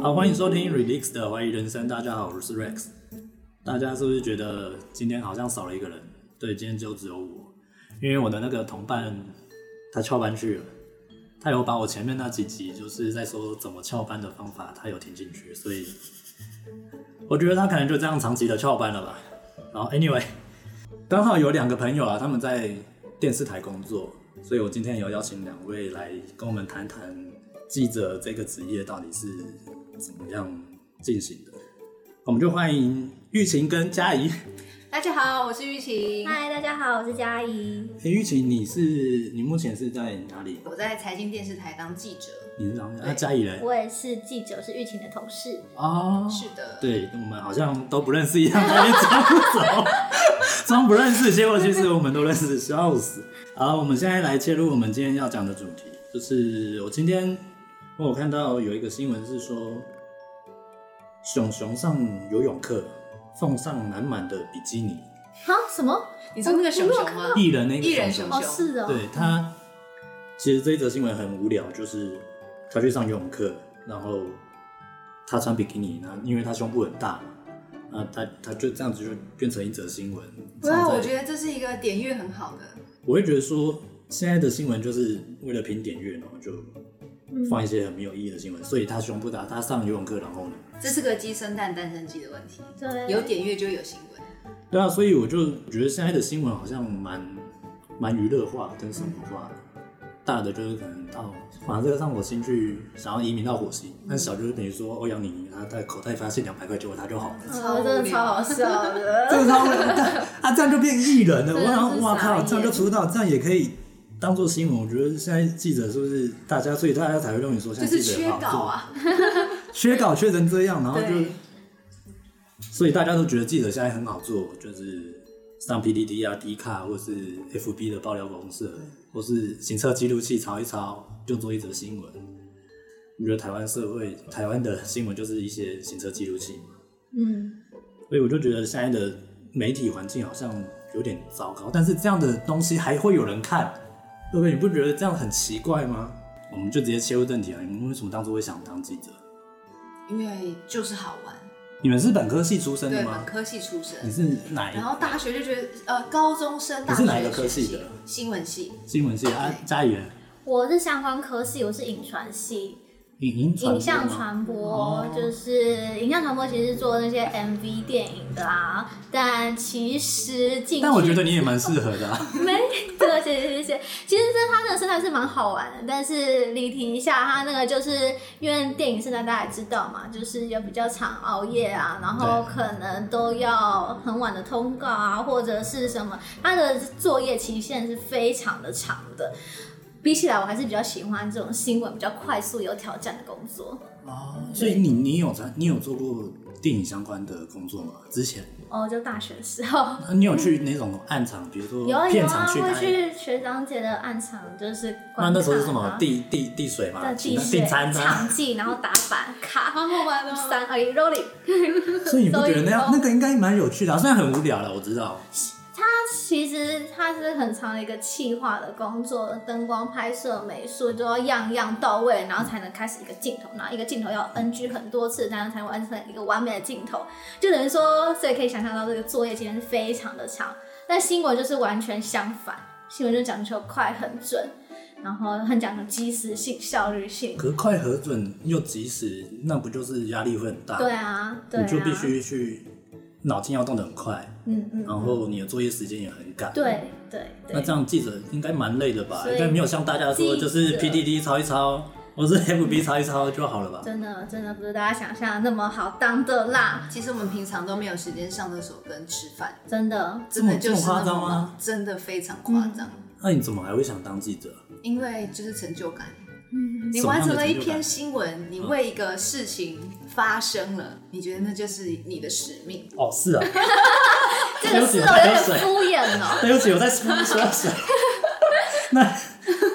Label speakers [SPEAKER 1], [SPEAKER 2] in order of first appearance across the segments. [SPEAKER 1] 好，欢迎收听 Relix 的怀疑人生。大家好，我是 Rex。大家是不是觉得今天好像少了一个人？对，今天就只有我，因为我的那个同伴他翘班去了。他有把我前面那几集就是在说怎么翘班的方法，他有听进去，所以我觉得他可能就这样长期的翘班了吧。然后 anyway，刚好有两个朋友啊，他们在电视台工作，所以我今天有邀请两位来跟我们谈谈记者这个职业到底是怎么样进行的。我们就欢迎玉琴跟佳怡。
[SPEAKER 2] 大家好，我是玉琴，
[SPEAKER 3] 嗨，大家好，我是佳怡。
[SPEAKER 1] 诶玉琴，你是你目前是在哪里？
[SPEAKER 2] 我在财经电视台当记者。
[SPEAKER 1] 你是哪里？啊，佳怡嘞？
[SPEAKER 3] 我也是记者，是玉琴的同事。
[SPEAKER 1] 哦，
[SPEAKER 2] 是的，
[SPEAKER 1] 对，我们好像都不认识一样，在那边装不熟，装不认识。结果其实我们都认识，笑死。好，我们现在来切入我们今天要讲的主题，就是我今天我有看到有一个新闻是说，熊熊上游泳课，奉上满满的比基尼，
[SPEAKER 3] 啊？什么？
[SPEAKER 2] 你说那个熊啊熊吗？
[SPEAKER 1] 艺人那个
[SPEAKER 2] 艺人
[SPEAKER 1] 熊
[SPEAKER 2] 熊
[SPEAKER 1] 熊
[SPEAKER 3] 哦，是哦。
[SPEAKER 1] 对他，其实这一则新闻很无聊，就是他去上游泳课，然后他穿比基尼，那因为他胸部很大嘛，那他他就这样子就变成一则新闻。
[SPEAKER 2] 不要，我
[SPEAKER 1] 得
[SPEAKER 2] 觉得这是一个点阅很好的。
[SPEAKER 1] 我会觉得说，现在的新闻就是为了拼点阅，然后就
[SPEAKER 3] 嗯
[SPEAKER 1] 放一些很没有意义的新闻。所以他胸部大，他上游泳课，然后呢？
[SPEAKER 2] 这是个鸡生蛋，蛋生鸡的问题。
[SPEAKER 3] 对
[SPEAKER 2] 有点阅就有新闻。
[SPEAKER 1] 对啊，所以我就觉得现在的新闻好像蛮蛮娱乐化跟生活化的，大的就是可能到马斯克上火星去，想要移民到火星，那小就是等于说欧阳妮妮她在口袋发现两百块，结果她就 好了，
[SPEAKER 3] 哦，真的超好笑的。
[SPEAKER 1] 这个超无聊，但啊这样就变艺人了，我
[SPEAKER 3] 真的是
[SPEAKER 1] 想哇
[SPEAKER 3] 傻
[SPEAKER 1] 靠，
[SPEAKER 3] 眼
[SPEAKER 1] 这样就出道，这样也可以。当做新闻，我觉得现在记者是不是大家，所以大家才会认为说现
[SPEAKER 2] 就
[SPEAKER 1] 在记
[SPEAKER 2] 是
[SPEAKER 1] 者
[SPEAKER 2] 缺
[SPEAKER 1] 很好
[SPEAKER 2] 稿
[SPEAKER 1] 做，
[SPEAKER 2] 啊，
[SPEAKER 1] 缺稿缺成这样，然后就
[SPEAKER 2] 对，
[SPEAKER 1] 所以大家都觉得记者现在很好做，就是上 PDD 啊、D 卡或是 FB 的爆料公社，或是行车记录器抄一抄，就做一则新闻。我觉得台湾社会、台湾的新闻就是一些行车记录器嘛，
[SPEAKER 3] 嗯，
[SPEAKER 1] 所以我就觉得现在的媒体环境好像有点糟糕，但是这样的东西还会有人看，对不对？你不觉得这样很奇怪吗？我们就直接切入正题啊！你们为什么当初会想当记者？
[SPEAKER 2] 因为就是好玩。
[SPEAKER 1] 你们是本科系出身的
[SPEAKER 2] 对，本
[SPEAKER 1] 吗？
[SPEAKER 2] 科系出
[SPEAKER 1] 你
[SPEAKER 2] 身，
[SPEAKER 1] 是哪一
[SPEAKER 2] 然后大学就觉得，呃，高中生大
[SPEAKER 1] 你
[SPEAKER 2] 学
[SPEAKER 1] 是哪一个科系的
[SPEAKER 2] 学习新闻系，
[SPEAKER 1] 新闻系啊？嘉怡呢
[SPEAKER 3] 我是相关科系，我是影传系，
[SPEAKER 1] 影音传播吗
[SPEAKER 3] 影像传播
[SPEAKER 1] 哦，
[SPEAKER 3] 就是影像传播，其实是做那些 MV 电影的啦。但其实进去，
[SPEAKER 1] 但我觉得你也蛮适合的、啊，
[SPEAKER 3] 没，对，谢谢谢谢。其实这他的生态是蛮好玩的，但是你提一下，他那个就是因为电影生态大家也知道嘛，就是有比较常熬夜啊，然后
[SPEAKER 1] 对
[SPEAKER 3] 可能都要很晚的通告啊，或者是什么，他的作业期限是非常的长的。比起来，我还是比较喜欢这种新闻比较快速、有挑战的工作。
[SPEAKER 1] 哦，所以你你有在你有做过电影相关的工作吗？之前
[SPEAKER 3] 哦，就大学的时候。
[SPEAKER 1] 啊你有去那种暗场，比如说
[SPEAKER 3] 有啊有
[SPEAKER 1] 片
[SPEAKER 3] 啊，
[SPEAKER 1] 场去
[SPEAKER 3] 会
[SPEAKER 1] 拍？
[SPEAKER 3] 去学长姐的暗场，就是
[SPEAKER 1] 那
[SPEAKER 3] 观
[SPEAKER 1] 那时候是
[SPEAKER 3] 察
[SPEAKER 1] 什么
[SPEAKER 3] 啊
[SPEAKER 1] 递递递水嘛，
[SPEAKER 3] 在
[SPEAKER 1] 请
[SPEAKER 3] 地
[SPEAKER 1] 他
[SPEAKER 3] 水
[SPEAKER 1] 订餐啊
[SPEAKER 3] 场。记，然后打板卡，
[SPEAKER 2] 好好玩哦。
[SPEAKER 3] 三二一 rolling。
[SPEAKER 1] 所以你不觉得那样
[SPEAKER 3] 所以
[SPEAKER 1] 那个应该蛮有趣的、啊？虽然很无聊了，我知道。
[SPEAKER 3] 它其实它是很长的一个企划的工作，灯光、拍摄、美术都要样样到位，然后才能开始一个镜头，然后一个镜头要 NG 很多次，然后才能完成一个完美的镜头。就等于说，所以可以想象到这个作业期间是非常的长。但新闻就是完全相反，新闻就讲究快、很准，然后很讲究及时性、效率性。
[SPEAKER 1] 可是快核准又及时，那不就是压力会很大？
[SPEAKER 3] 对啊，对啊，
[SPEAKER 1] 你就必须去脑筋要动得很快，
[SPEAKER 3] 嗯嗯，
[SPEAKER 1] 然后你的作业时间也很赶。
[SPEAKER 3] 对对对。
[SPEAKER 1] 那这样记者应该蛮累的吧
[SPEAKER 3] 所？以
[SPEAKER 1] 应该没有像大家说的就是 P D D 抄一抄，或 是 F B 抄一抄就好了吧？
[SPEAKER 3] 真的真的不是大家想象的那么好当的啦，
[SPEAKER 2] 其实我们平常都没有时间上厕所跟吃饭，
[SPEAKER 3] 真的。
[SPEAKER 1] 这
[SPEAKER 2] 真
[SPEAKER 1] 么
[SPEAKER 2] 的就是
[SPEAKER 1] 这么夸张
[SPEAKER 2] 那么忙
[SPEAKER 1] 吗？
[SPEAKER 2] 真的非常夸张，
[SPEAKER 1] 那你怎么还会想当记者？
[SPEAKER 2] 因为就是成就感。
[SPEAKER 3] 嗯，
[SPEAKER 2] 你完成了一篇新闻，你为一个事情发声了，你觉得那就是你的使命。
[SPEAKER 1] 哦，是啊，
[SPEAKER 3] 这个是哦，有点敷衍 哦。
[SPEAKER 1] 对不起，我在说说水。那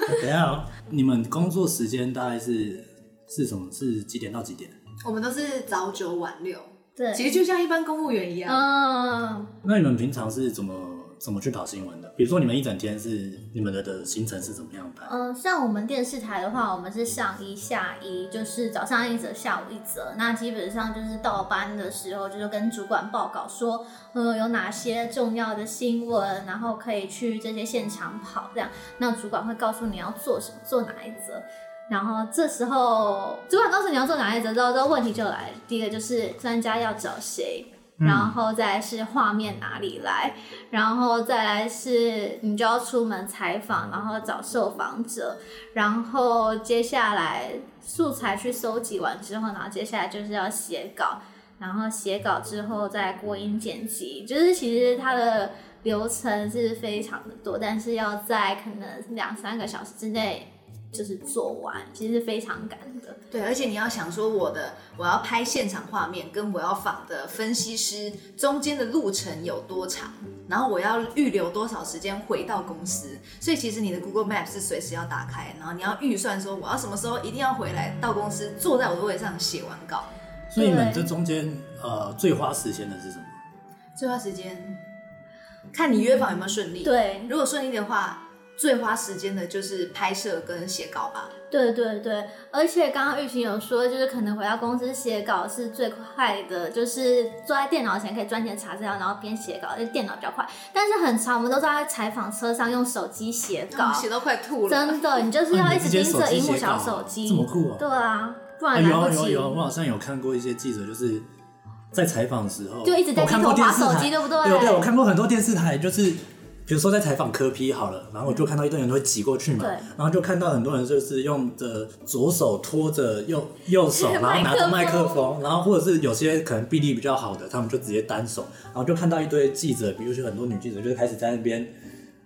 [SPEAKER 1] 等一下哦，你们工作时间大概是是什么？是几点到几点？
[SPEAKER 2] 我们都是早九晚六，
[SPEAKER 3] 对，
[SPEAKER 2] 其实就像一般公务员一样。
[SPEAKER 3] 嗯，
[SPEAKER 1] 那你们平常是怎么怎么去跑新闻的？比如说你们一整天是你们的的行程是怎么样排？
[SPEAKER 3] 嗯，像我们电视台的话，我们是上一下一，就是早上一则，下午一则。那基本上就是到班的时候，就是跟主管报告说，嗯，有哪些重要的新闻，然后可以去这些现场跑这样。那主管会告诉你要做什么，做哪一则。然后这时候主管告诉你要做哪一则之后，这个问题就来了。第一个就是专家要找谁，然后再来是画面哪里来，然后再来是你就要出门采访，然后找受访者，然后接下来素材去搜集完之后，然后接下来就是要写稿，然后写稿之后再过音剪辑，就是其实它的流程是非常的多，但是要在可能两三个小时之内。就是做完，其实是非常赶的。
[SPEAKER 2] 对，而且你要想说我的我要拍现场画面，跟我要访的分析师中间的路程有多长，然后我要预留多少时间回到公司，所以其实你的 Google Map 是随时要打开，然后你要预算说我要什么时候一定要回来到公司，坐在我的位置上写完稿。
[SPEAKER 1] 所以你们这中间呃最花时间的是什么？
[SPEAKER 2] 最花时间看你约访有没有顺利，，
[SPEAKER 3] 对，
[SPEAKER 2] 如果顺利的话，最花时间的就是拍摄跟写稿吧。
[SPEAKER 3] 对对对，而且刚刚玉琴有说，就是可能回到公司写稿是最快的，就是坐在电脑前可以专心查资料，然后边写稿，就电脑比较快。但是很长，我们都在采访车上用手机写稿
[SPEAKER 2] 啊，写到快吐了，
[SPEAKER 3] 真的，你就是要一直盯
[SPEAKER 1] 哦
[SPEAKER 3] 着
[SPEAKER 1] 你们直接手机
[SPEAKER 3] 荧幕
[SPEAKER 1] 写稿
[SPEAKER 3] 小
[SPEAKER 1] 啊
[SPEAKER 3] 手机，
[SPEAKER 1] 这么酷哦
[SPEAKER 3] 对啊，不
[SPEAKER 1] 啊
[SPEAKER 3] 然
[SPEAKER 1] 有
[SPEAKER 3] 来不
[SPEAKER 1] 啊有啊
[SPEAKER 3] 及。
[SPEAKER 1] 有啊，我好像有看过一些记者就是在采访的时候
[SPEAKER 3] 就一直在
[SPEAKER 1] 我看过
[SPEAKER 3] 低
[SPEAKER 1] 电
[SPEAKER 3] 头划
[SPEAKER 1] 视台
[SPEAKER 3] 手机对不对
[SPEAKER 1] 对对，我看过很多电视台，就是比如说在采访科批好了，然后我就看到一堆人都会挤过去嘛
[SPEAKER 3] 对，
[SPEAKER 1] 然后就看到很多人就是用着左手托着右右 手，然后拿着麦克风，然后或者是有些可能臂力比较好的，他们就直接单手，然后就看到一堆记者，比如说很多女记者就开始在那边。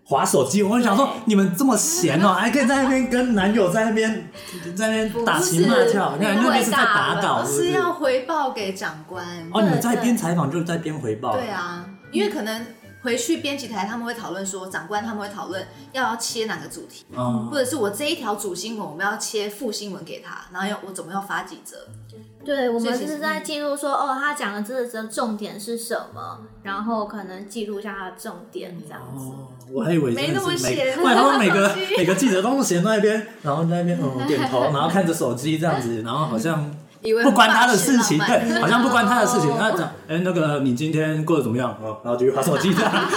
[SPEAKER 1] 划手机，我就想说
[SPEAKER 3] 对
[SPEAKER 1] 你们这么闲 哦、还可以在那边跟男友在那边在那边打情骂俏，
[SPEAKER 3] 不是
[SPEAKER 1] 那那边是在打
[SPEAKER 3] 太
[SPEAKER 1] 稿，
[SPEAKER 2] 而
[SPEAKER 1] 是不
[SPEAKER 2] 是
[SPEAKER 1] 是？
[SPEAKER 2] 要回报给长官。
[SPEAKER 1] 哦，你们在
[SPEAKER 3] 对
[SPEAKER 1] 边采访就是在边回报，
[SPEAKER 2] 对，啊，因为可能回去编辑台他们会讨论说，长官他们会讨论要要切哪个主题，
[SPEAKER 1] 嗯，
[SPEAKER 2] 或者是我这一条主新闻我们要切副新闻给他，然后要我总共要发几则。
[SPEAKER 3] 对，我
[SPEAKER 2] 所以
[SPEAKER 3] 们
[SPEAKER 2] 其
[SPEAKER 3] 就
[SPEAKER 2] 实
[SPEAKER 3] 是在记录说，哦，他讲的这个的重点是什么，然后可能记录一下他的重点这样子。
[SPEAKER 1] 哦，我还以为真的是
[SPEAKER 2] 没那么闲
[SPEAKER 1] 每，我还说每个
[SPEAKER 2] 手 机
[SPEAKER 1] 每个记者都是闲在那边，然后在那边嗯点头，然后看着手机这样子，然后好像
[SPEAKER 3] 嗯
[SPEAKER 2] 以为
[SPEAKER 1] 不关他的事情，
[SPEAKER 2] 很棒是
[SPEAKER 1] 对，
[SPEAKER 2] 浪漫
[SPEAKER 1] 好像不关他的事情。
[SPEAKER 3] 哦
[SPEAKER 1] 那讲，哎，那个你今天过得怎么样？哦，然后就去划手机这样。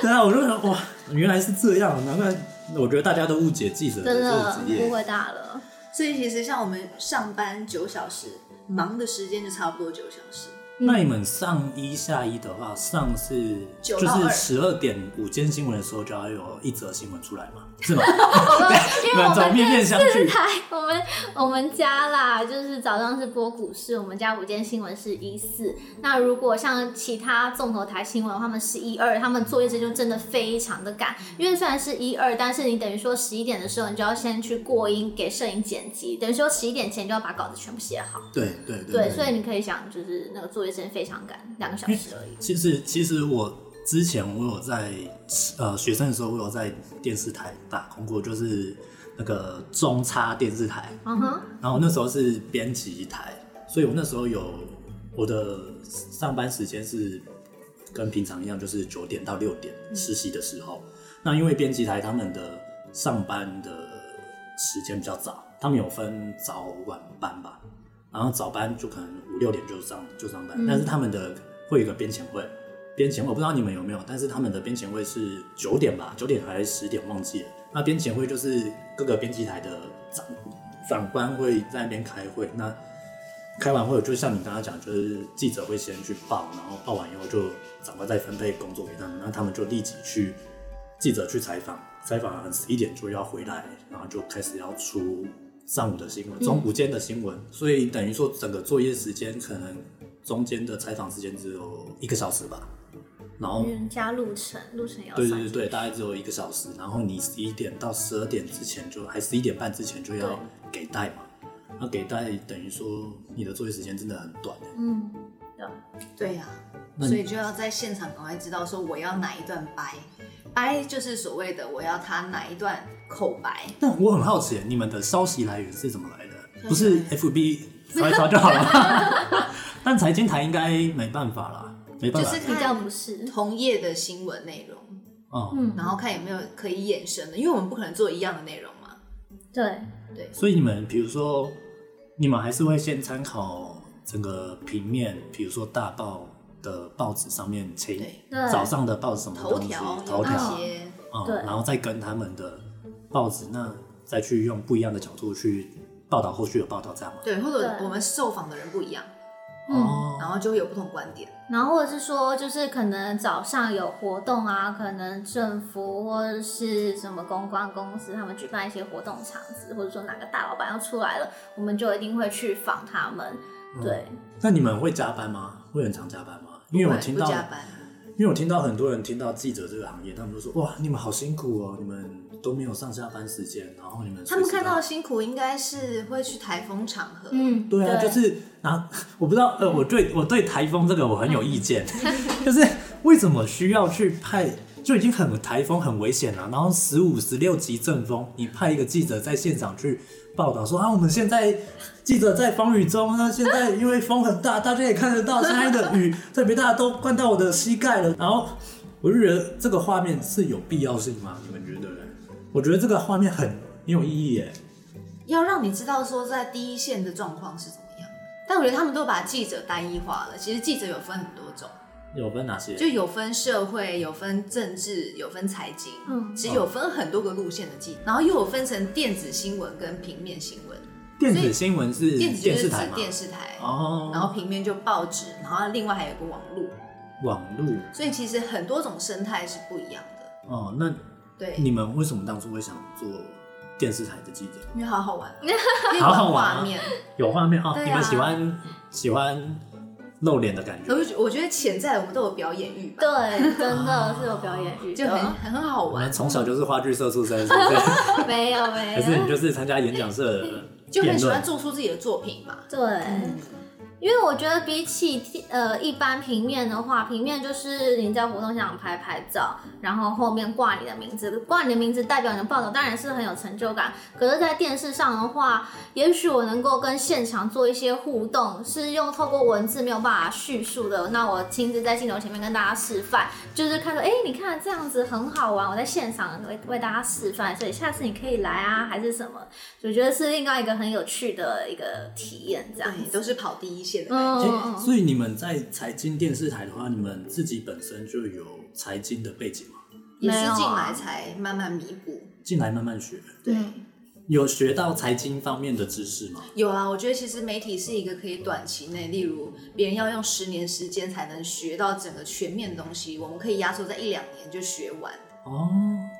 [SPEAKER 1] 对啊，我就想哇，原来是这样，啊难怪我觉得大家都误解记者
[SPEAKER 3] 真
[SPEAKER 1] 这个
[SPEAKER 3] 的
[SPEAKER 1] 职
[SPEAKER 3] 误
[SPEAKER 1] 业。
[SPEAKER 3] 会大了。
[SPEAKER 2] 所以其实像我们上班九小时，忙的时间就差不多九小时。
[SPEAKER 3] 嗯
[SPEAKER 1] 那你们上一下一的话，上是
[SPEAKER 2] 9
[SPEAKER 1] 就
[SPEAKER 2] 到
[SPEAKER 1] 是
[SPEAKER 2] 2
[SPEAKER 1] 十二点午间新闻的时候就要有一则新闻出来嘛，是吗？
[SPEAKER 3] 因为啊我
[SPEAKER 1] 找
[SPEAKER 3] 们
[SPEAKER 1] 面面
[SPEAKER 3] 电
[SPEAKER 1] 相觑
[SPEAKER 3] 视台，我们我们家啦，就是早上是播股市，我们家午间新闻是一四。那如果像其他综合台新闻的话，他们是一二，他们作业时间就真的非常的赶。因为虽然是一二，但是你等于说十一点的时候，你就要先去过音给摄影剪辑，等于说十一点前就要把稿子全部写好。
[SPEAKER 1] 对对
[SPEAKER 3] 对，所以你可以想，就是那个作业时间非常赶，两个小时而已。
[SPEAKER 1] 其实，其实我之前我有在呃学生的时候，我有在电视台打工过，就是那个中差电视台。
[SPEAKER 3] 嗯哼，
[SPEAKER 1] 然后那时候是编辑台，所以我那时候有我的上班时间是跟平常一样，就是九点到六点实习的时候。那因为编辑台他们的上班的时间比较早，他们有分早晚班吧，然后早班就可能五六点就上就上班，但是他们的会有一个编前会。编前会我不知道你们有没有，但是他们的编前会是九点吧，九点还是十点忘记了。那编前会就是各个编辑台的长长官会在那边开会，那开完会就像你刚刚讲，就是记者会先去报，然后报完以后就长官再分配工作给他们，那他们就立即去记者去采访，采访完十一点就要回来，然后就开始要出上午的新闻、中午间的新闻，所以等于说整个作业时间可能中间的采访时间只有一个小时吧，然后
[SPEAKER 3] 因为加路程，路程也要
[SPEAKER 1] 对
[SPEAKER 3] 算
[SPEAKER 1] 对对对，大概只有一个小时，然后你十一点到十二点之前就，还十一点半之前就要给带嘛。那给带等于说你的作业时间真的很短、欸，
[SPEAKER 3] 嗯，对。
[SPEAKER 2] 对呀、
[SPEAKER 1] 那你
[SPEAKER 2] 所以就要在现场赶快知道说我要哪一段掰，掰就是所谓的我要他哪一段口白。
[SPEAKER 1] 但我很好奇，你们的消息来源是怎么来的？不是
[SPEAKER 2] 消
[SPEAKER 1] FB 查一查就好了 吗？但财经台应该没办法啦，没办
[SPEAKER 2] 就
[SPEAKER 1] 法。
[SPEAKER 2] 是
[SPEAKER 3] 比较
[SPEAKER 2] 看
[SPEAKER 3] 不是，
[SPEAKER 2] 同业的新闻内容，
[SPEAKER 1] 嗯，
[SPEAKER 3] 嗯，
[SPEAKER 2] 然后看有没有可以衍生的，因为我们不可能做一样的内容嘛。
[SPEAKER 3] 对，
[SPEAKER 1] 所以你们比如说，你们还是会先参考整个平面，比如说大报的报纸上面前
[SPEAKER 2] 对
[SPEAKER 3] 对
[SPEAKER 1] 早上的报纸什么
[SPEAKER 2] 头
[SPEAKER 1] 东西，
[SPEAKER 2] 条有
[SPEAKER 1] 头
[SPEAKER 2] 哪
[SPEAKER 1] 条，
[SPEAKER 2] 些？
[SPEAKER 1] 嗯，
[SPEAKER 3] 对
[SPEAKER 1] 然后再跟他们的报纸，那再去用不一样的角度去报道后续的报道，这样吗？
[SPEAKER 2] 对，或者
[SPEAKER 3] 对
[SPEAKER 2] 我们受访的人不一样，
[SPEAKER 3] 嗯。
[SPEAKER 2] 然
[SPEAKER 1] 哦，
[SPEAKER 2] 后就会有不同观点。
[SPEAKER 3] 然后或者是说，就是可能早上有活动啊，可能政府或者是什么公关公司，他们举办一些活动场子，或者说哪个大老板要出来了，我们就一定会去访他们。
[SPEAKER 1] 嗯
[SPEAKER 3] 对，
[SPEAKER 1] 那你们会加班吗？会很常加班吗？因为我
[SPEAKER 2] 不
[SPEAKER 1] 听
[SPEAKER 2] 不
[SPEAKER 1] 到，
[SPEAKER 2] 加班，
[SPEAKER 1] 因为我听到很多人听到记者这个行业，他们就说哇，你们好辛苦哦，你们都没有上下班时间，然后你们
[SPEAKER 2] 他们
[SPEAKER 1] 随时
[SPEAKER 2] 看
[SPEAKER 1] 都
[SPEAKER 2] 到的辛苦应该是会去台风场合，
[SPEAKER 3] 嗯，
[SPEAKER 1] 对啊，就是然后我不知道，呃，我对我对台风这个我很有意见， 就是为什么需要去派就已经很台风很危险了，然后十五十六级阵风，你派一个记者在现场去报道说啊，我们现在记者在风雨中，那现在因为风很大，大家也看得到现在的雨特别大，都灌到我的膝盖了，然后我就觉得这个画面是有必要性吗？你们觉得嘞？我觉得这个画面很很有意义耶，
[SPEAKER 2] 要让你知道说在第一线的状况是怎么样。但我觉得他们都把记者单一化了，其实记者有分很多种。
[SPEAKER 1] 有分哪些？
[SPEAKER 2] 就有分社会，有分政治，有分财经，
[SPEAKER 3] 嗯
[SPEAKER 2] 其实有分很多个路线的记，然后又有分成电子新闻跟平面新闻。
[SPEAKER 1] 电子新闻是
[SPEAKER 2] 电子就
[SPEAKER 1] 电视
[SPEAKER 2] 是指
[SPEAKER 1] 台吗？
[SPEAKER 2] 电视台，
[SPEAKER 1] 哦，
[SPEAKER 2] 然后平面就报纸，然后另外还有个网络，
[SPEAKER 1] 网路
[SPEAKER 2] 所以其实很多种生态是不一样的。
[SPEAKER 1] 哦，那
[SPEAKER 2] 对，
[SPEAKER 1] 你们为什么当初会想做电视台的记者？
[SPEAKER 2] 因为好好玩，啊 可以
[SPEAKER 1] 好
[SPEAKER 2] 玩
[SPEAKER 1] 好玩啊
[SPEAKER 2] 画面。
[SPEAKER 1] 有画面哦，
[SPEAKER 2] 对啊
[SPEAKER 1] 你们喜欢喜欢露脸的感觉
[SPEAKER 2] 我，就觉我觉得潜在我们都有表演欲吧，
[SPEAKER 3] 对，真的是有表演 欲
[SPEAKER 2] 就
[SPEAKER 3] 的，
[SPEAKER 2] 很很好
[SPEAKER 1] 啊我
[SPEAKER 2] 玩
[SPEAKER 1] 们。从小就是话剧社出身，是 不是？
[SPEAKER 3] 没有没
[SPEAKER 1] 还是你
[SPEAKER 3] 有，
[SPEAKER 1] 就是参加演讲社的
[SPEAKER 2] 啊就
[SPEAKER 1] 辩
[SPEAKER 2] 很喜
[SPEAKER 1] 论
[SPEAKER 2] 欢？做出自己的作品嘛，
[SPEAKER 3] 对。因为我觉得比起呃一般平面的话，平面就是你在活动现场拍拍照，然后后面挂你的名字，挂你的名字代表你的报道，当然是很有成就感。可是，在电视上的话，也许我能够跟现场做一些互动，是用透过文字没有办法叙述的。那我亲自在镜头前面跟大家示范，就是看到哎，你看这样子很好啊玩，我在现场为为大家示范，所以下次你可以来啊，还是什么？我觉得是另外一个很有趣的一个体验，这样
[SPEAKER 2] 对，都是跑第一线的感觉。
[SPEAKER 3] 嗯，嗯
[SPEAKER 1] 诶所以你们在财经电视台的话，你们自己本身就有财经的背景吗？
[SPEAKER 2] 也
[SPEAKER 3] 没有
[SPEAKER 2] 是
[SPEAKER 3] 啊
[SPEAKER 2] 进来才慢慢弥补。
[SPEAKER 1] 进来慢慢学，
[SPEAKER 2] 对，
[SPEAKER 1] 有学到财经方面的知识吗？
[SPEAKER 2] 有啊，我觉得其实媒体是一个可以短期内，例如别人要用十年时间才能学到整个全面的东西，我们可以压缩在一两年就学完。
[SPEAKER 1] 哦，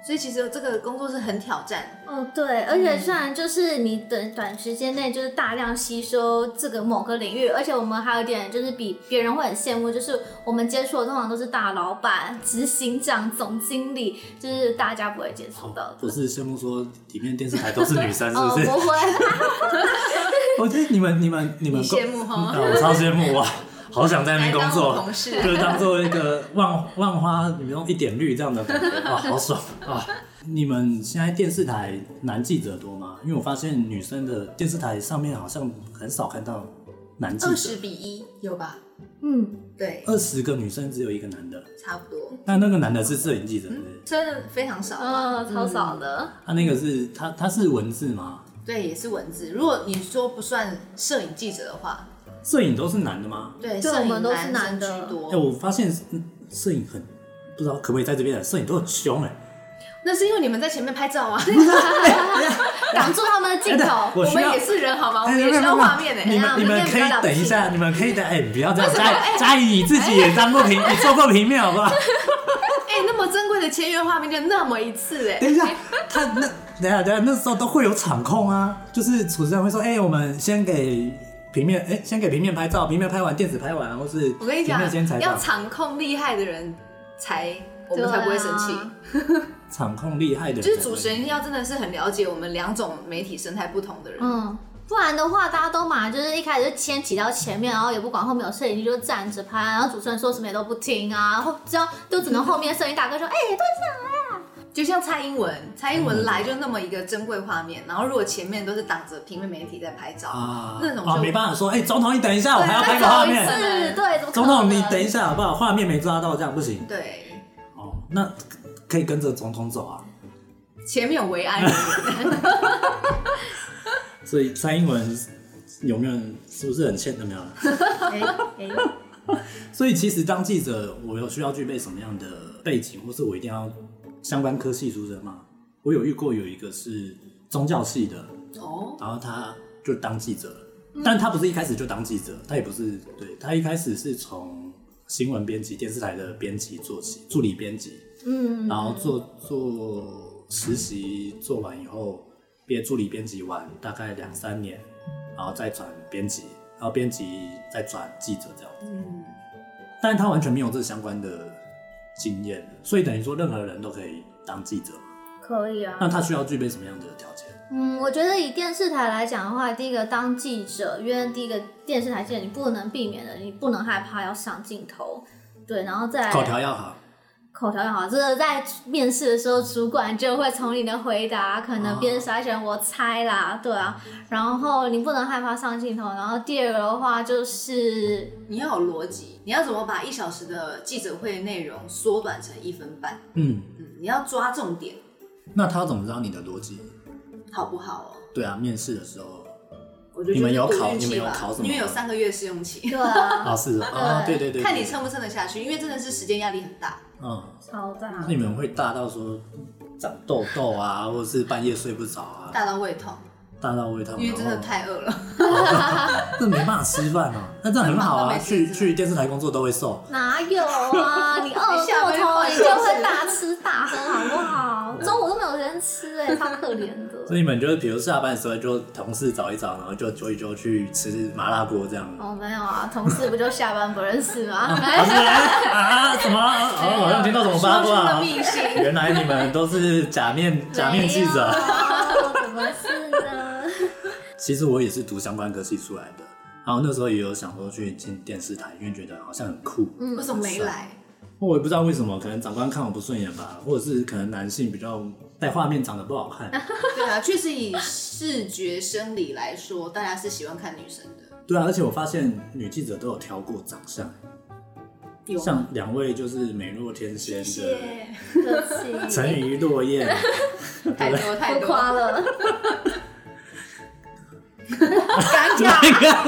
[SPEAKER 2] 所以其实这个工作是很挑战，
[SPEAKER 3] 哦，对，而
[SPEAKER 1] 嗯
[SPEAKER 3] 且虽然就是你短短时间内就是大量吸收这个某个领域，而且我们还有一点就是比别人会很羡慕，就是我们接触的通常都是大老板、执行长、总经理，就是大家不会接触到
[SPEAKER 1] 哦
[SPEAKER 3] 的。
[SPEAKER 1] 不是羡慕说里面电视台都是女生，是
[SPEAKER 3] 哦，
[SPEAKER 1] 不是？
[SPEAKER 3] 不会，
[SPEAKER 1] 我觉得哦你们、你们、你们
[SPEAKER 2] 你羡 慕哈
[SPEAKER 1] 嗯我超羡慕哇！好想在那边工
[SPEAKER 2] 来当
[SPEAKER 1] 作
[SPEAKER 2] 同，事
[SPEAKER 1] 就是当做一个万万花里面用一点绿这样的感觉啊，好爽啊！你们现在电视台男记者多吗？因为我发现女生的电视台上面好像很少看到男记
[SPEAKER 2] 二
[SPEAKER 1] 者
[SPEAKER 2] 十，比一有吧？
[SPEAKER 3] 嗯，
[SPEAKER 2] 对，
[SPEAKER 1] 二十个女生只有一个男的，
[SPEAKER 2] 差不多，
[SPEAKER 1] 那那个男的是摄影记者，对不对
[SPEAKER 2] 真的非常少啊。
[SPEAKER 3] 呃，超少的，
[SPEAKER 1] 他那个是他他是文字吗？
[SPEAKER 2] 对，也是文字。如果你说不算摄影记者的话，
[SPEAKER 1] 摄影都是男的吗？
[SPEAKER 2] 对，
[SPEAKER 3] 对
[SPEAKER 2] 摄
[SPEAKER 3] 我
[SPEAKER 2] 影
[SPEAKER 3] 们都是
[SPEAKER 2] 男生
[SPEAKER 3] 男的
[SPEAKER 2] 居多。
[SPEAKER 1] 哎、我发现嗯摄影很不知道可不可以在这边讲，摄影都很凶哎、
[SPEAKER 2] 那是因为你们在前面拍照啊，
[SPEAKER 3] 挡住他们的镜头。
[SPEAKER 1] 嗯我
[SPEAKER 2] 我
[SPEAKER 1] 需
[SPEAKER 2] 们
[SPEAKER 1] 要
[SPEAKER 2] 也是人好吗？我
[SPEAKER 1] 哎
[SPEAKER 2] 哦们也
[SPEAKER 1] 没有没
[SPEAKER 2] 需
[SPEAKER 1] 有
[SPEAKER 2] 要
[SPEAKER 1] 没有
[SPEAKER 2] 画面呢。
[SPEAKER 1] 你
[SPEAKER 3] 哎
[SPEAKER 1] 们
[SPEAKER 3] 呀
[SPEAKER 1] 你们
[SPEAKER 3] 明天
[SPEAKER 1] 可
[SPEAKER 3] 比较
[SPEAKER 1] 以
[SPEAKER 3] 了不
[SPEAKER 1] 等一
[SPEAKER 3] 起
[SPEAKER 1] 下，你们可以等，哎，不要这样，佳佳怡你自己也当过 平，你做过平面好不好？
[SPEAKER 2] 哎、那么珍贵的签约画面就那么一次哎、
[SPEAKER 1] 等一下，他那等一下等一下，那时候都会有场控啊，就是主持人会说，哎，我们先给平面，哎，先给平面拍照，平面拍完电子拍完，或是
[SPEAKER 2] 我跟你
[SPEAKER 1] 平
[SPEAKER 2] 讲
[SPEAKER 1] 面先采，
[SPEAKER 2] 要
[SPEAKER 1] 访，
[SPEAKER 2] 场控厉害的人才，我们才不会生气。
[SPEAKER 3] 对啊
[SPEAKER 1] 场控厉害的人，
[SPEAKER 2] 就是主持人要真的是很了解我们两种媒体生态不同的人。
[SPEAKER 3] 嗯，不然的话，大家都嘛就是一开始就先挤到前面，然后也不管后面有摄影机就站着拍，然后主持人说什么也都不听啊，然后只要就只能后面摄影大哥说，哎、对
[SPEAKER 2] 就像蔡英文，蔡英文来就那么一个珍贵画面，然后如果前面都是挡着平面媒体在拍照，
[SPEAKER 1] 啊，
[SPEAKER 2] 那种就
[SPEAKER 1] 啊没办法说，哎，总统你等一下，我还要
[SPEAKER 2] 对
[SPEAKER 1] 拍个画
[SPEAKER 2] 再走一
[SPEAKER 1] 面，
[SPEAKER 2] 次
[SPEAKER 3] 是，对，怎么可能
[SPEAKER 1] 总统你等一下好不好？画面没抓到这样不行
[SPEAKER 2] 对，
[SPEAKER 1] 哦，那可以跟着总统走啊。
[SPEAKER 2] 前面有维 安人员，
[SPEAKER 1] 所以蔡英文有没有人是不是很欠的没有？
[SPEAKER 3] 哎哎，
[SPEAKER 1] 所以其实当记者，我有需要具备什么样的背景，或是我一定要相关科系出身吗？我有遇过有一个是宗教系的，
[SPEAKER 2] 哦，
[SPEAKER 1] 然后他就当记者了，但他不是一开始就当记者，他也不是对他一开始是从新闻编辑、电视台的编辑做起，助理编辑，
[SPEAKER 3] 嗯，
[SPEAKER 1] 然后做做实习，做完以后，编助理编辑完大概两三年，
[SPEAKER 2] 嗯
[SPEAKER 1] 然后再转编辑，然后编辑再转记者这样。
[SPEAKER 2] 嗯，
[SPEAKER 1] 但他完全没有这相关的经验，所以等于说任何人都可以当记者。
[SPEAKER 3] 可以啊。
[SPEAKER 1] 那他需要具备什么样的条件？
[SPEAKER 3] 嗯，我觉得以电视台来讲的话，第一个当记者，因为第一个电视台记者你不能避免的，你不能害怕要上镜头，对，然后再来
[SPEAKER 1] 口条要好，
[SPEAKER 3] 口条要好，这个在面试的时候，主管就会从你的回答，可能别人筛选我猜啦，对啊，然后你不能害怕上镜头，然后第二个的话就是
[SPEAKER 2] 你要有逻辑，你要怎么把一小时的记者会内容缩短成一分半？
[SPEAKER 1] 嗯，
[SPEAKER 2] 嗯，你要抓重点，
[SPEAKER 1] 那他怎么知道你的逻辑？
[SPEAKER 2] 好不好哦？
[SPEAKER 1] 对啊，面试的时候，
[SPEAKER 2] 我觉得
[SPEAKER 1] 你们有
[SPEAKER 2] 就是赌
[SPEAKER 1] 考
[SPEAKER 2] 运气
[SPEAKER 1] 你们有
[SPEAKER 2] 吧
[SPEAKER 1] 考什么
[SPEAKER 2] 因为有三个月试用期，
[SPEAKER 3] 对啊，
[SPEAKER 1] 老师啊， 对对对，
[SPEAKER 2] 看你撑不撑得下去，因为真的是时间压力很大。
[SPEAKER 1] 嗯，
[SPEAKER 3] 超大，
[SPEAKER 1] 那你们会大到说长痘痘啊，或者是半夜睡不着啊，
[SPEAKER 2] 大到胃痛，
[SPEAKER 1] 大到胃痛，
[SPEAKER 2] 因为真的
[SPEAKER 1] 然后
[SPEAKER 2] 太饿了。
[SPEAKER 1] 哦这没办法吃饭 哦、那这样很好
[SPEAKER 2] 那
[SPEAKER 1] 啊，
[SPEAKER 2] 没事
[SPEAKER 1] 去去电视台工作都会瘦。
[SPEAKER 3] 哪有啊？ 你饿过头，你就会大吃大喝，好不好？中午都没有人吃、 哎，超可怜
[SPEAKER 1] 所
[SPEAKER 3] 的。
[SPEAKER 1] 以你们就是，比如下班的时候就同事找一找，然后就揪一揪去吃麻辣锅这样。
[SPEAKER 3] 哦，没有啊，同事不就下班不认识吗？
[SPEAKER 1] 啊是啊啊什么？哦，好像听到什么八
[SPEAKER 2] 说出
[SPEAKER 1] 卦
[SPEAKER 2] 了
[SPEAKER 1] 啊
[SPEAKER 2] 秘辛。
[SPEAKER 1] 原来你们都是假面 假面记者。
[SPEAKER 3] 没有啊怎么是呢？
[SPEAKER 1] 其实我也是读相关科系出来的，然后那时候也有想说去进电视台，因为觉得好像很酷。
[SPEAKER 2] 为什么没来？
[SPEAKER 1] 我也不知道为什么，可能长官看我不顺眼吧，或者是可能男性比较在画面长得不好看。
[SPEAKER 2] 对啊，确实以视觉生理来说，大家是喜欢看女生的，
[SPEAKER 1] 对啊，而且我发现女记者都有挑过长相，
[SPEAKER 2] 有吗
[SPEAKER 1] 像两位就是美若天仙
[SPEAKER 2] 谢
[SPEAKER 1] 的
[SPEAKER 2] 谢，
[SPEAKER 3] 对不起，
[SPEAKER 1] 沉鱼落 雁。
[SPEAKER 2] 太多 太
[SPEAKER 3] 不
[SPEAKER 2] 多，
[SPEAKER 3] 夸了。
[SPEAKER 2] 尴
[SPEAKER 1] 啊
[SPEAKER 2] 尬，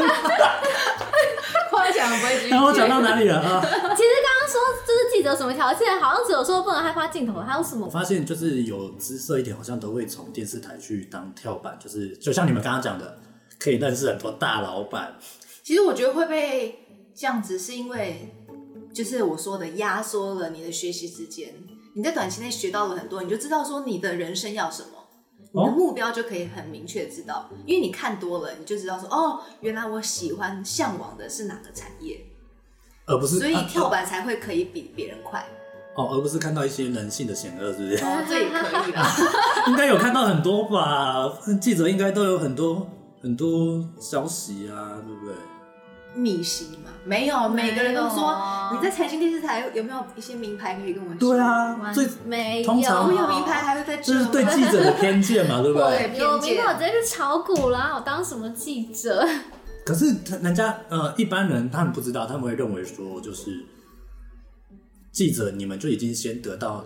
[SPEAKER 2] 夸奖不 会继续
[SPEAKER 1] 然后我讲到哪里了啊？
[SPEAKER 3] 其实刚刚说就是记者什么条件，好像只有说不能害怕镜头，还有什么
[SPEAKER 1] 我？发现就是有姿色一点，好像都会从电视台去当跳板，就是就像你们刚刚讲的，可以认识很多大老板。
[SPEAKER 2] 其实我觉得会被这样子，是因为就是我说的压缩了你的学习时间，你在短期内学到了很多，你就知道说你的人生要什么。你的
[SPEAKER 1] 哦
[SPEAKER 2] 目标就可以很明确地知道，因为你看多了，你就知道说，哦，原来我喜欢向往的是哪个产业，
[SPEAKER 1] 而不是
[SPEAKER 2] 所以
[SPEAKER 1] 啊
[SPEAKER 2] 跳板才会可以比别人 快。
[SPEAKER 1] 哦，而不是看到一些人性的险恶，是不是？
[SPEAKER 2] 哦，这也可以啦。
[SPEAKER 1] 应该有看到很多吧？记者应该都有很多很多消息啊，对不对？
[SPEAKER 2] 秘辛嘛，没有，每个人都
[SPEAKER 3] 没有
[SPEAKER 2] 说
[SPEAKER 3] 啊
[SPEAKER 2] 你在财经电视台有没有一些名牌可以跟我说？
[SPEAKER 1] 对，啊，最
[SPEAKER 3] 没有，
[SPEAKER 1] 通
[SPEAKER 2] 我
[SPEAKER 1] 常
[SPEAKER 2] 有名牌还会在
[SPEAKER 1] 这
[SPEAKER 2] 这
[SPEAKER 1] 是对记者的偏见嘛，对不对？
[SPEAKER 2] 对
[SPEAKER 3] 有
[SPEAKER 2] 偏
[SPEAKER 3] 名
[SPEAKER 2] 见
[SPEAKER 3] 牌，我直接去炒股啦，我当什么记者？
[SPEAKER 1] 可是他人家呃，一般人他们不知道，他们会认为说，就是记者你们就已经先得到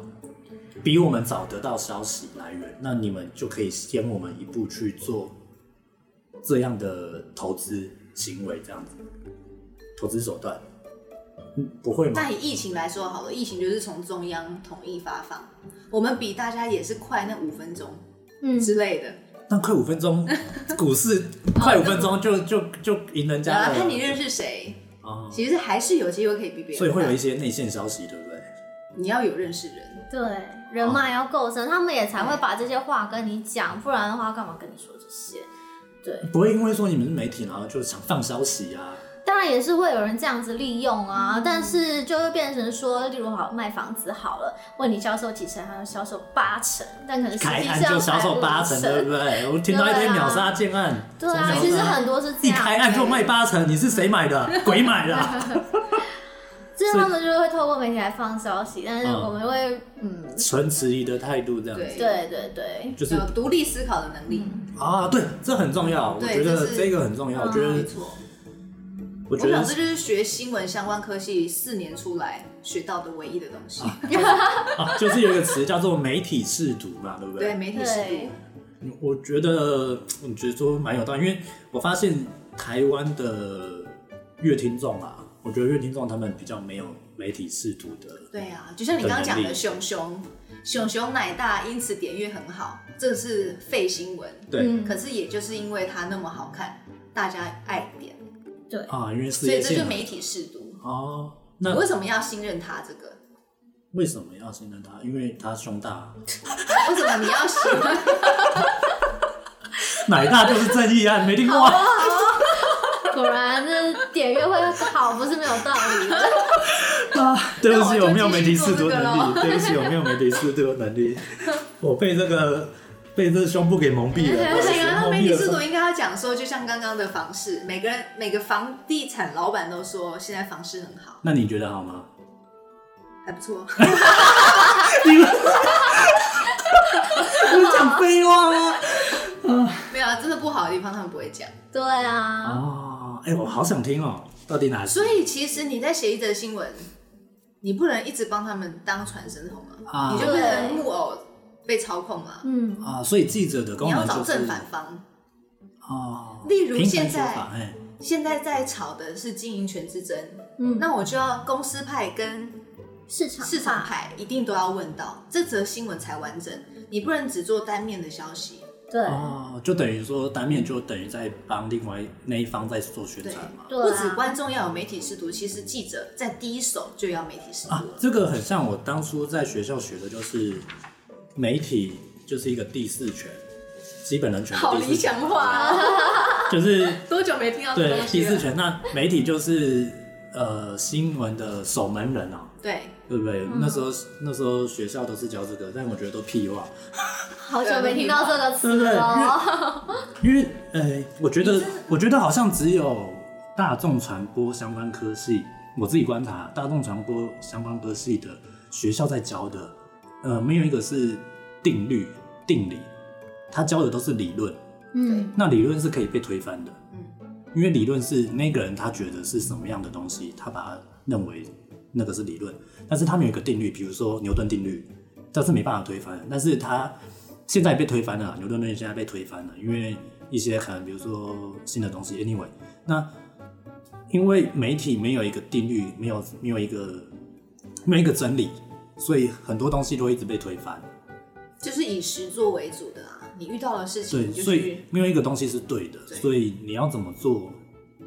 [SPEAKER 1] 比我们早得到消息来源，那你们就可以先我们一步去做这样的投资行为，这样子投资手段，嗯，不会吗
[SPEAKER 2] 那？以疫情来说好了，疫情就是从中央统一发放，我们比大家也是快那五分钟
[SPEAKER 3] 嗯，
[SPEAKER 2] 之类的。
[SPEAKER 1] 那快五分钟，股市快五分钟就就就赢人
[SPEAKER 2] 然
[SPEAKER 1] 家
[SPEAKER 2] 后
[SPEAKER 1] 了，
[SPEAKER 2] 啊看你认识谁，
[SPEAKER 1] 哦
[SPEAKER 2] 其实还是有机会可以比别人快。
[SPEAKER 1] 所以会有一些内线消息，对不对？
[SPEAKER 2] 你要有认识人，
[SPEAKER 3] 对，人脉要够深，他们也才会把这些话跟你讲，不然的话干嘛跟你说这些？对，
[SPEAKER 1] 不会因为说你们是媒体，然后就想放消息啊。
[SPEAKER 3] 当然也是会有人这样子利用啊，但是就会变成说，例如好卖房子好了，问你销售几成，他要销售八成，但可能实
[SPEAKER 1] 开
[SPEAKER 3] 际
[SPEAKER 1] 案
[SPEAKER 3] 上
[SPEAKER 1] 就销售
[SPEAKER 3] 才
[SPEAKER 1] 八
[SPEAKER 3] 五
[SPEAKER 1] 成，对不对？我听到一堆秒杀建案，
[SPEAKER 3] 对
[SPEAKER 1] 从
[SPEAKER 3] 啊
[SPEAKER 1] 秒，杀
[SPEAKER 3] 其实很多是这
[SPEAKER 1] 一
[SPEAKER 3] 样。
[SPEAKER 1] 开案就卖八成，你是谁买的？鬼买的，
[SPEAKER 3] 这他们就会透过媒体来放消息，但是我们会，嗯，
[SPEAKER 1] 纯迟疑的态度这样子，
[SPEAKER 2] 对，啊
[SPEAKER 3] 对对对，
[SPEAKER 1] 就是
[SPEAKER 2] 有独立思考的能力，
[SPEAKER 1] 啊，对，这很重要，我
[SPEAKER 2] 对
[SPEAKER 1] 觉
[SPEAKER 2] 就
[SPEAKER 1] 得
[SPEAKER 2] 是
[SPEAKER 1] 嗯这个很重要，我觉
[SPEAKER 2] 没
[SPEAKER 1] 得
[SPEAKER 2] 错。
[SPEAKER 1] 我
[SPEAKER 2] 我
[SPEAKER 1] 觉
[SPEAKER 2] 想
[SPEAKER 1] 得
[SPEAKER 2] 这就是学新闻相关科系四年出来学到的唯一的东西。
[SPEAKER 1] 啊，就是有一个词叫做媒体试读嘛，对不
[SPEAKER 2] 对，媒体识
[SPEAKER 3] 对
[SPEAKER 2] 读，，
[SPEAKER 1] 我觉得我觉得说蛮有道理，因为我发现台湾的乐听众啊，我觉得乐听众他们比较没有媒体试读的，
[SPEAKER 2] 对啊，就像你刚刚讲
[SPEAKER 1] 很
[SPEAKER 2] 的，
[SPEAKER 1] 难
[SPEAKER 2] 熊熊熊熊奶大，因此点阅很好，这是废新闻。
[SPEAKER 1] 对、
[SPEAKER 3] 嗯
[SPEAKER 2] 可是也就是因为它那么好看，大家爱点，
[SPEAKER 1] 啊，因为事
[SPEAKER 2] 所以
[SPEAKER 1] 业
[SPEAKER 2] 这就
[SPEAKER 1] 线
[SPEAKER 2] 媒体试读。
[SPEAKER 1] 哦，
[SPEAKER 2] 你
[SPEAKER 1] 那
[SPEAKER 2] 为什么要信任他 这个？
[SPEAKER 1] 为什么要信任他？因为他胸大，
[SPEAKER 2] 为什么你要喜欢？
[SPEAKER 1] 奶大就是正义啊，你没听过啊？
[SPEAKER 3] 果然这点阅会好，不是没有道理 的。
[SPEAKER 1] 对不起，
[SPEAKER 2] 那我就
[SPEAKER 1] 我没有媒体试读
[SPEAKER 2] 继
[SPEAKER 1] 能力，对不起，我没有媒体试读能力，我被这个被这胸部给蒙蔽了，
[SPEAKER 2] 不行啊，那媒体
[SPEAKER 1] 蒙
[SPEAKER 2] 试
[SPEAKER 1] 蔽
[SPEAKER 2] 读
[SPEAKER 1] 了
[SPEAKER 2] 应该要讲说，就像刚刚的房市，每个人每个房地产老板都说现在房市很好，
[SPEAKER 1] 那你觉得好吗？
[SPEAKER 2] 还 不错。
[SPEAKER 1] 你们你们讲废话吗？
[SPEAKER 2] 没有啊，真的不好的地方他们不会讲。
[SPEAKER 3] 对啊，
[SPEAKER 1] 哦，哎、我好想听哦，到底哪些？
[SPEAKER 2] 所以其实你在写一则新闻，你不能一直帮他们当传声筒啊，
[SPEAKER 1] 啊
[SPEAKER 2] 你就变成木偶被操控了。
[SPEAKER 3] 嗯，
[SPEAKER 1] 啊，所以记者的
[SPEAKER 2] 你
[SPEAKER 1] 功
[SPEAKER 2] 要
[SPEAKER 1] 能
[SPEAKER 2] 找
[SPEAKER 1] 就是
[SPEAKER 2] 正反方。
[SPEAKER 1] 哦，
[SPEAKER 2] 例如
[SPEAKER 1] 平衡
[SPEAKER 2] 现
[SPEAKER 1] 说
[SPEAKER 2] 在
[SPEAKER 1] 法哎、
[SPEAKER 2] 现在在吵的是经营权之争，
[SPEAKER 3] 嗯
[SPEAKER 2] 那我就要公司派跟
[SPEAKER 3] 市场
[SPEAKER 2] 市场
[SPEAKER 3] 派，
[SPEAKER 2] 派一定都要问到，这则新闻才完整。你不能只做单面的消息，
[SPEAKER 3] 对
[SPEAKER 1] 哦，就等于说单面就等于在帮另外那一方在做宣
[SPEAKER 2] 对
[SPEAKER 1] 传嘛。
[SPEAKER 3] 对啊，
[SPEAKER 2] 不止观众要有媒体试读，其实记者在第一手就要媒体试读
[SPEAKER 1] 啊
[SPEAKER 2] 了，。
[SPEAKER 1] 这个很像我当初在学校学的，就是媒体就是一个第四权，基本人权的
[SPEAKER 2] 好
[SPEAKER 1] 第四
[SPEAKER 2] 理
[SPEAKER 1] 权，
[SPEAKER 2] 想化、啊，
[SPEAKER 1] 就是
[SPEAKER 2] 多久没听 到这个
[SPEAKER 1] 对
[SPEAKER 2] 东西
[SPEAKER 1] 第四
[SPEAKER 2] 了？
[SPEAKER 1] 权。那媒体就是呃新闻的守门人啊，
[SPEAKER 2] 对，
[SPEAKER 1] 对不
[SPEAKER 2] 嗯
[SPEAKER 1] 对？那时候那时候学校都是教这个，但我觉得都屁话。
[SPEAKER 3] 好久没听到这个词了。
[SPEAKER 1] 因为呃，我觉得我觉得好像只有大众传播相关科系，我自己观察大众传播相关科系的学校在教的，呃，没有一个是定律定理，他教的都是理论，
[SPEAKER 3] 嗯，
[SPEAKER 1] 那理论是可以被推翻的，
[SPEAKER 2] 嗯，
[SPEAKER 1] 因为理论是那个人他觉得是什么样的东西，他把它认为那个是理论，但是他们有一个定律，比如说牛顿定律，这是没办法推翻的，但是他现在被推翻了，牛顿定律现在被推翻了，因为一些可能比如说新的东西，anyway，那因为媒体没有一个定律，没有没有一个没有一个真理，所以很多东西都会一直被推翻，
[SPEAKER 2] 就是以实作为主的啊。你遇到的事情
[SPEAKER 1] 对，
[SPEAKER 2] 你就
[SPEAKER 1] 所以
[SPEAKER 2] 去，
[SPEAKER 1] 没有一个东西是对的，
[SPEAKER 2] 对
[SPEAKER 1] 所以你要怎么做，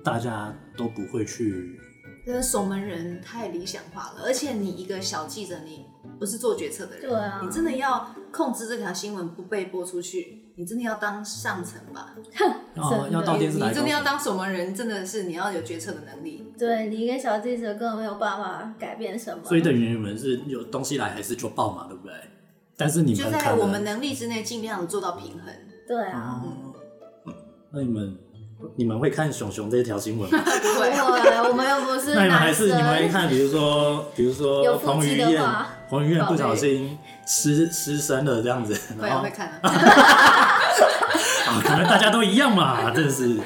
[SPEAKER 1] 大家都不会去。
[SPEAKER 2] 那守门人太理想化了，而且你一个小记者，你不是做决策的人，
[SPEAKER 3] 对啊
[SPEAKER 2] 你真的要控制这条新闻不被播出去，你真的要当上层吧？
[SPEAKER 1] 哦，
[SPEAKER 3] 真的
[SPEAKER 1] 要到
[SPEAKER 2] 你
[SPEAKER 1] 电视台
[SPEAKER 2] 你
[SPEAKER 1] 公
[SPEAKER 2] 真
[SPEAKER 1] 司
[SPEAKER 2] 的要当守门人，真的是你要有决策的能力。
[SPEAKER 3] 对你一个小记者根本没有办法改变什么。
[SPEAKER 1] 所以等于你们是有东西来还是就报嘛，对不对？但是你
[SPEAKER 2] 就
[SPEAKER 1] 们可
[SPEAKER 2] 在
[SPEAKER 1] 能
[SPEAKER 2] 我们能力之内，尽量做到平衡。
[SPEAKER 3] 对啊，
[SPEAKER 1] 哦，
[SPEAKER 2] 嗯
[SPEAKER 1] 那你们你们会看熊熊这条新闻 吗？
[SPEAKER 2] 不
[SPEAKER 3] 不
[SPEAKER 2] 会，啊
[SPEAKER 3] 会，啊我们又不是
[SPEAKER 1] 那你们还
[SPEAKER 3] 男
[SPEAKER 1] 是
[SPEAKER 3] 生
[SPEAKER 1] 你们会看，比如说比如说
[SPEAKER 3] 有腹
[SPEAKER 1] 彭于
[SPEAKER 3] 肌的
[SPEAKER 1] 晏
[SPEAKER 3] 话，
[SPEAKER 1] 彭于晏不小心失失身了这样子，
[SPEAKER 2] 会
[SPEAKER 1] 然
[SPEAKER 2] 啊
[SPEAKER 1] 后
[SPEAKER 2] 会看啊。
[SPEAKER 1] 啊可能大家都一样嘛，真的是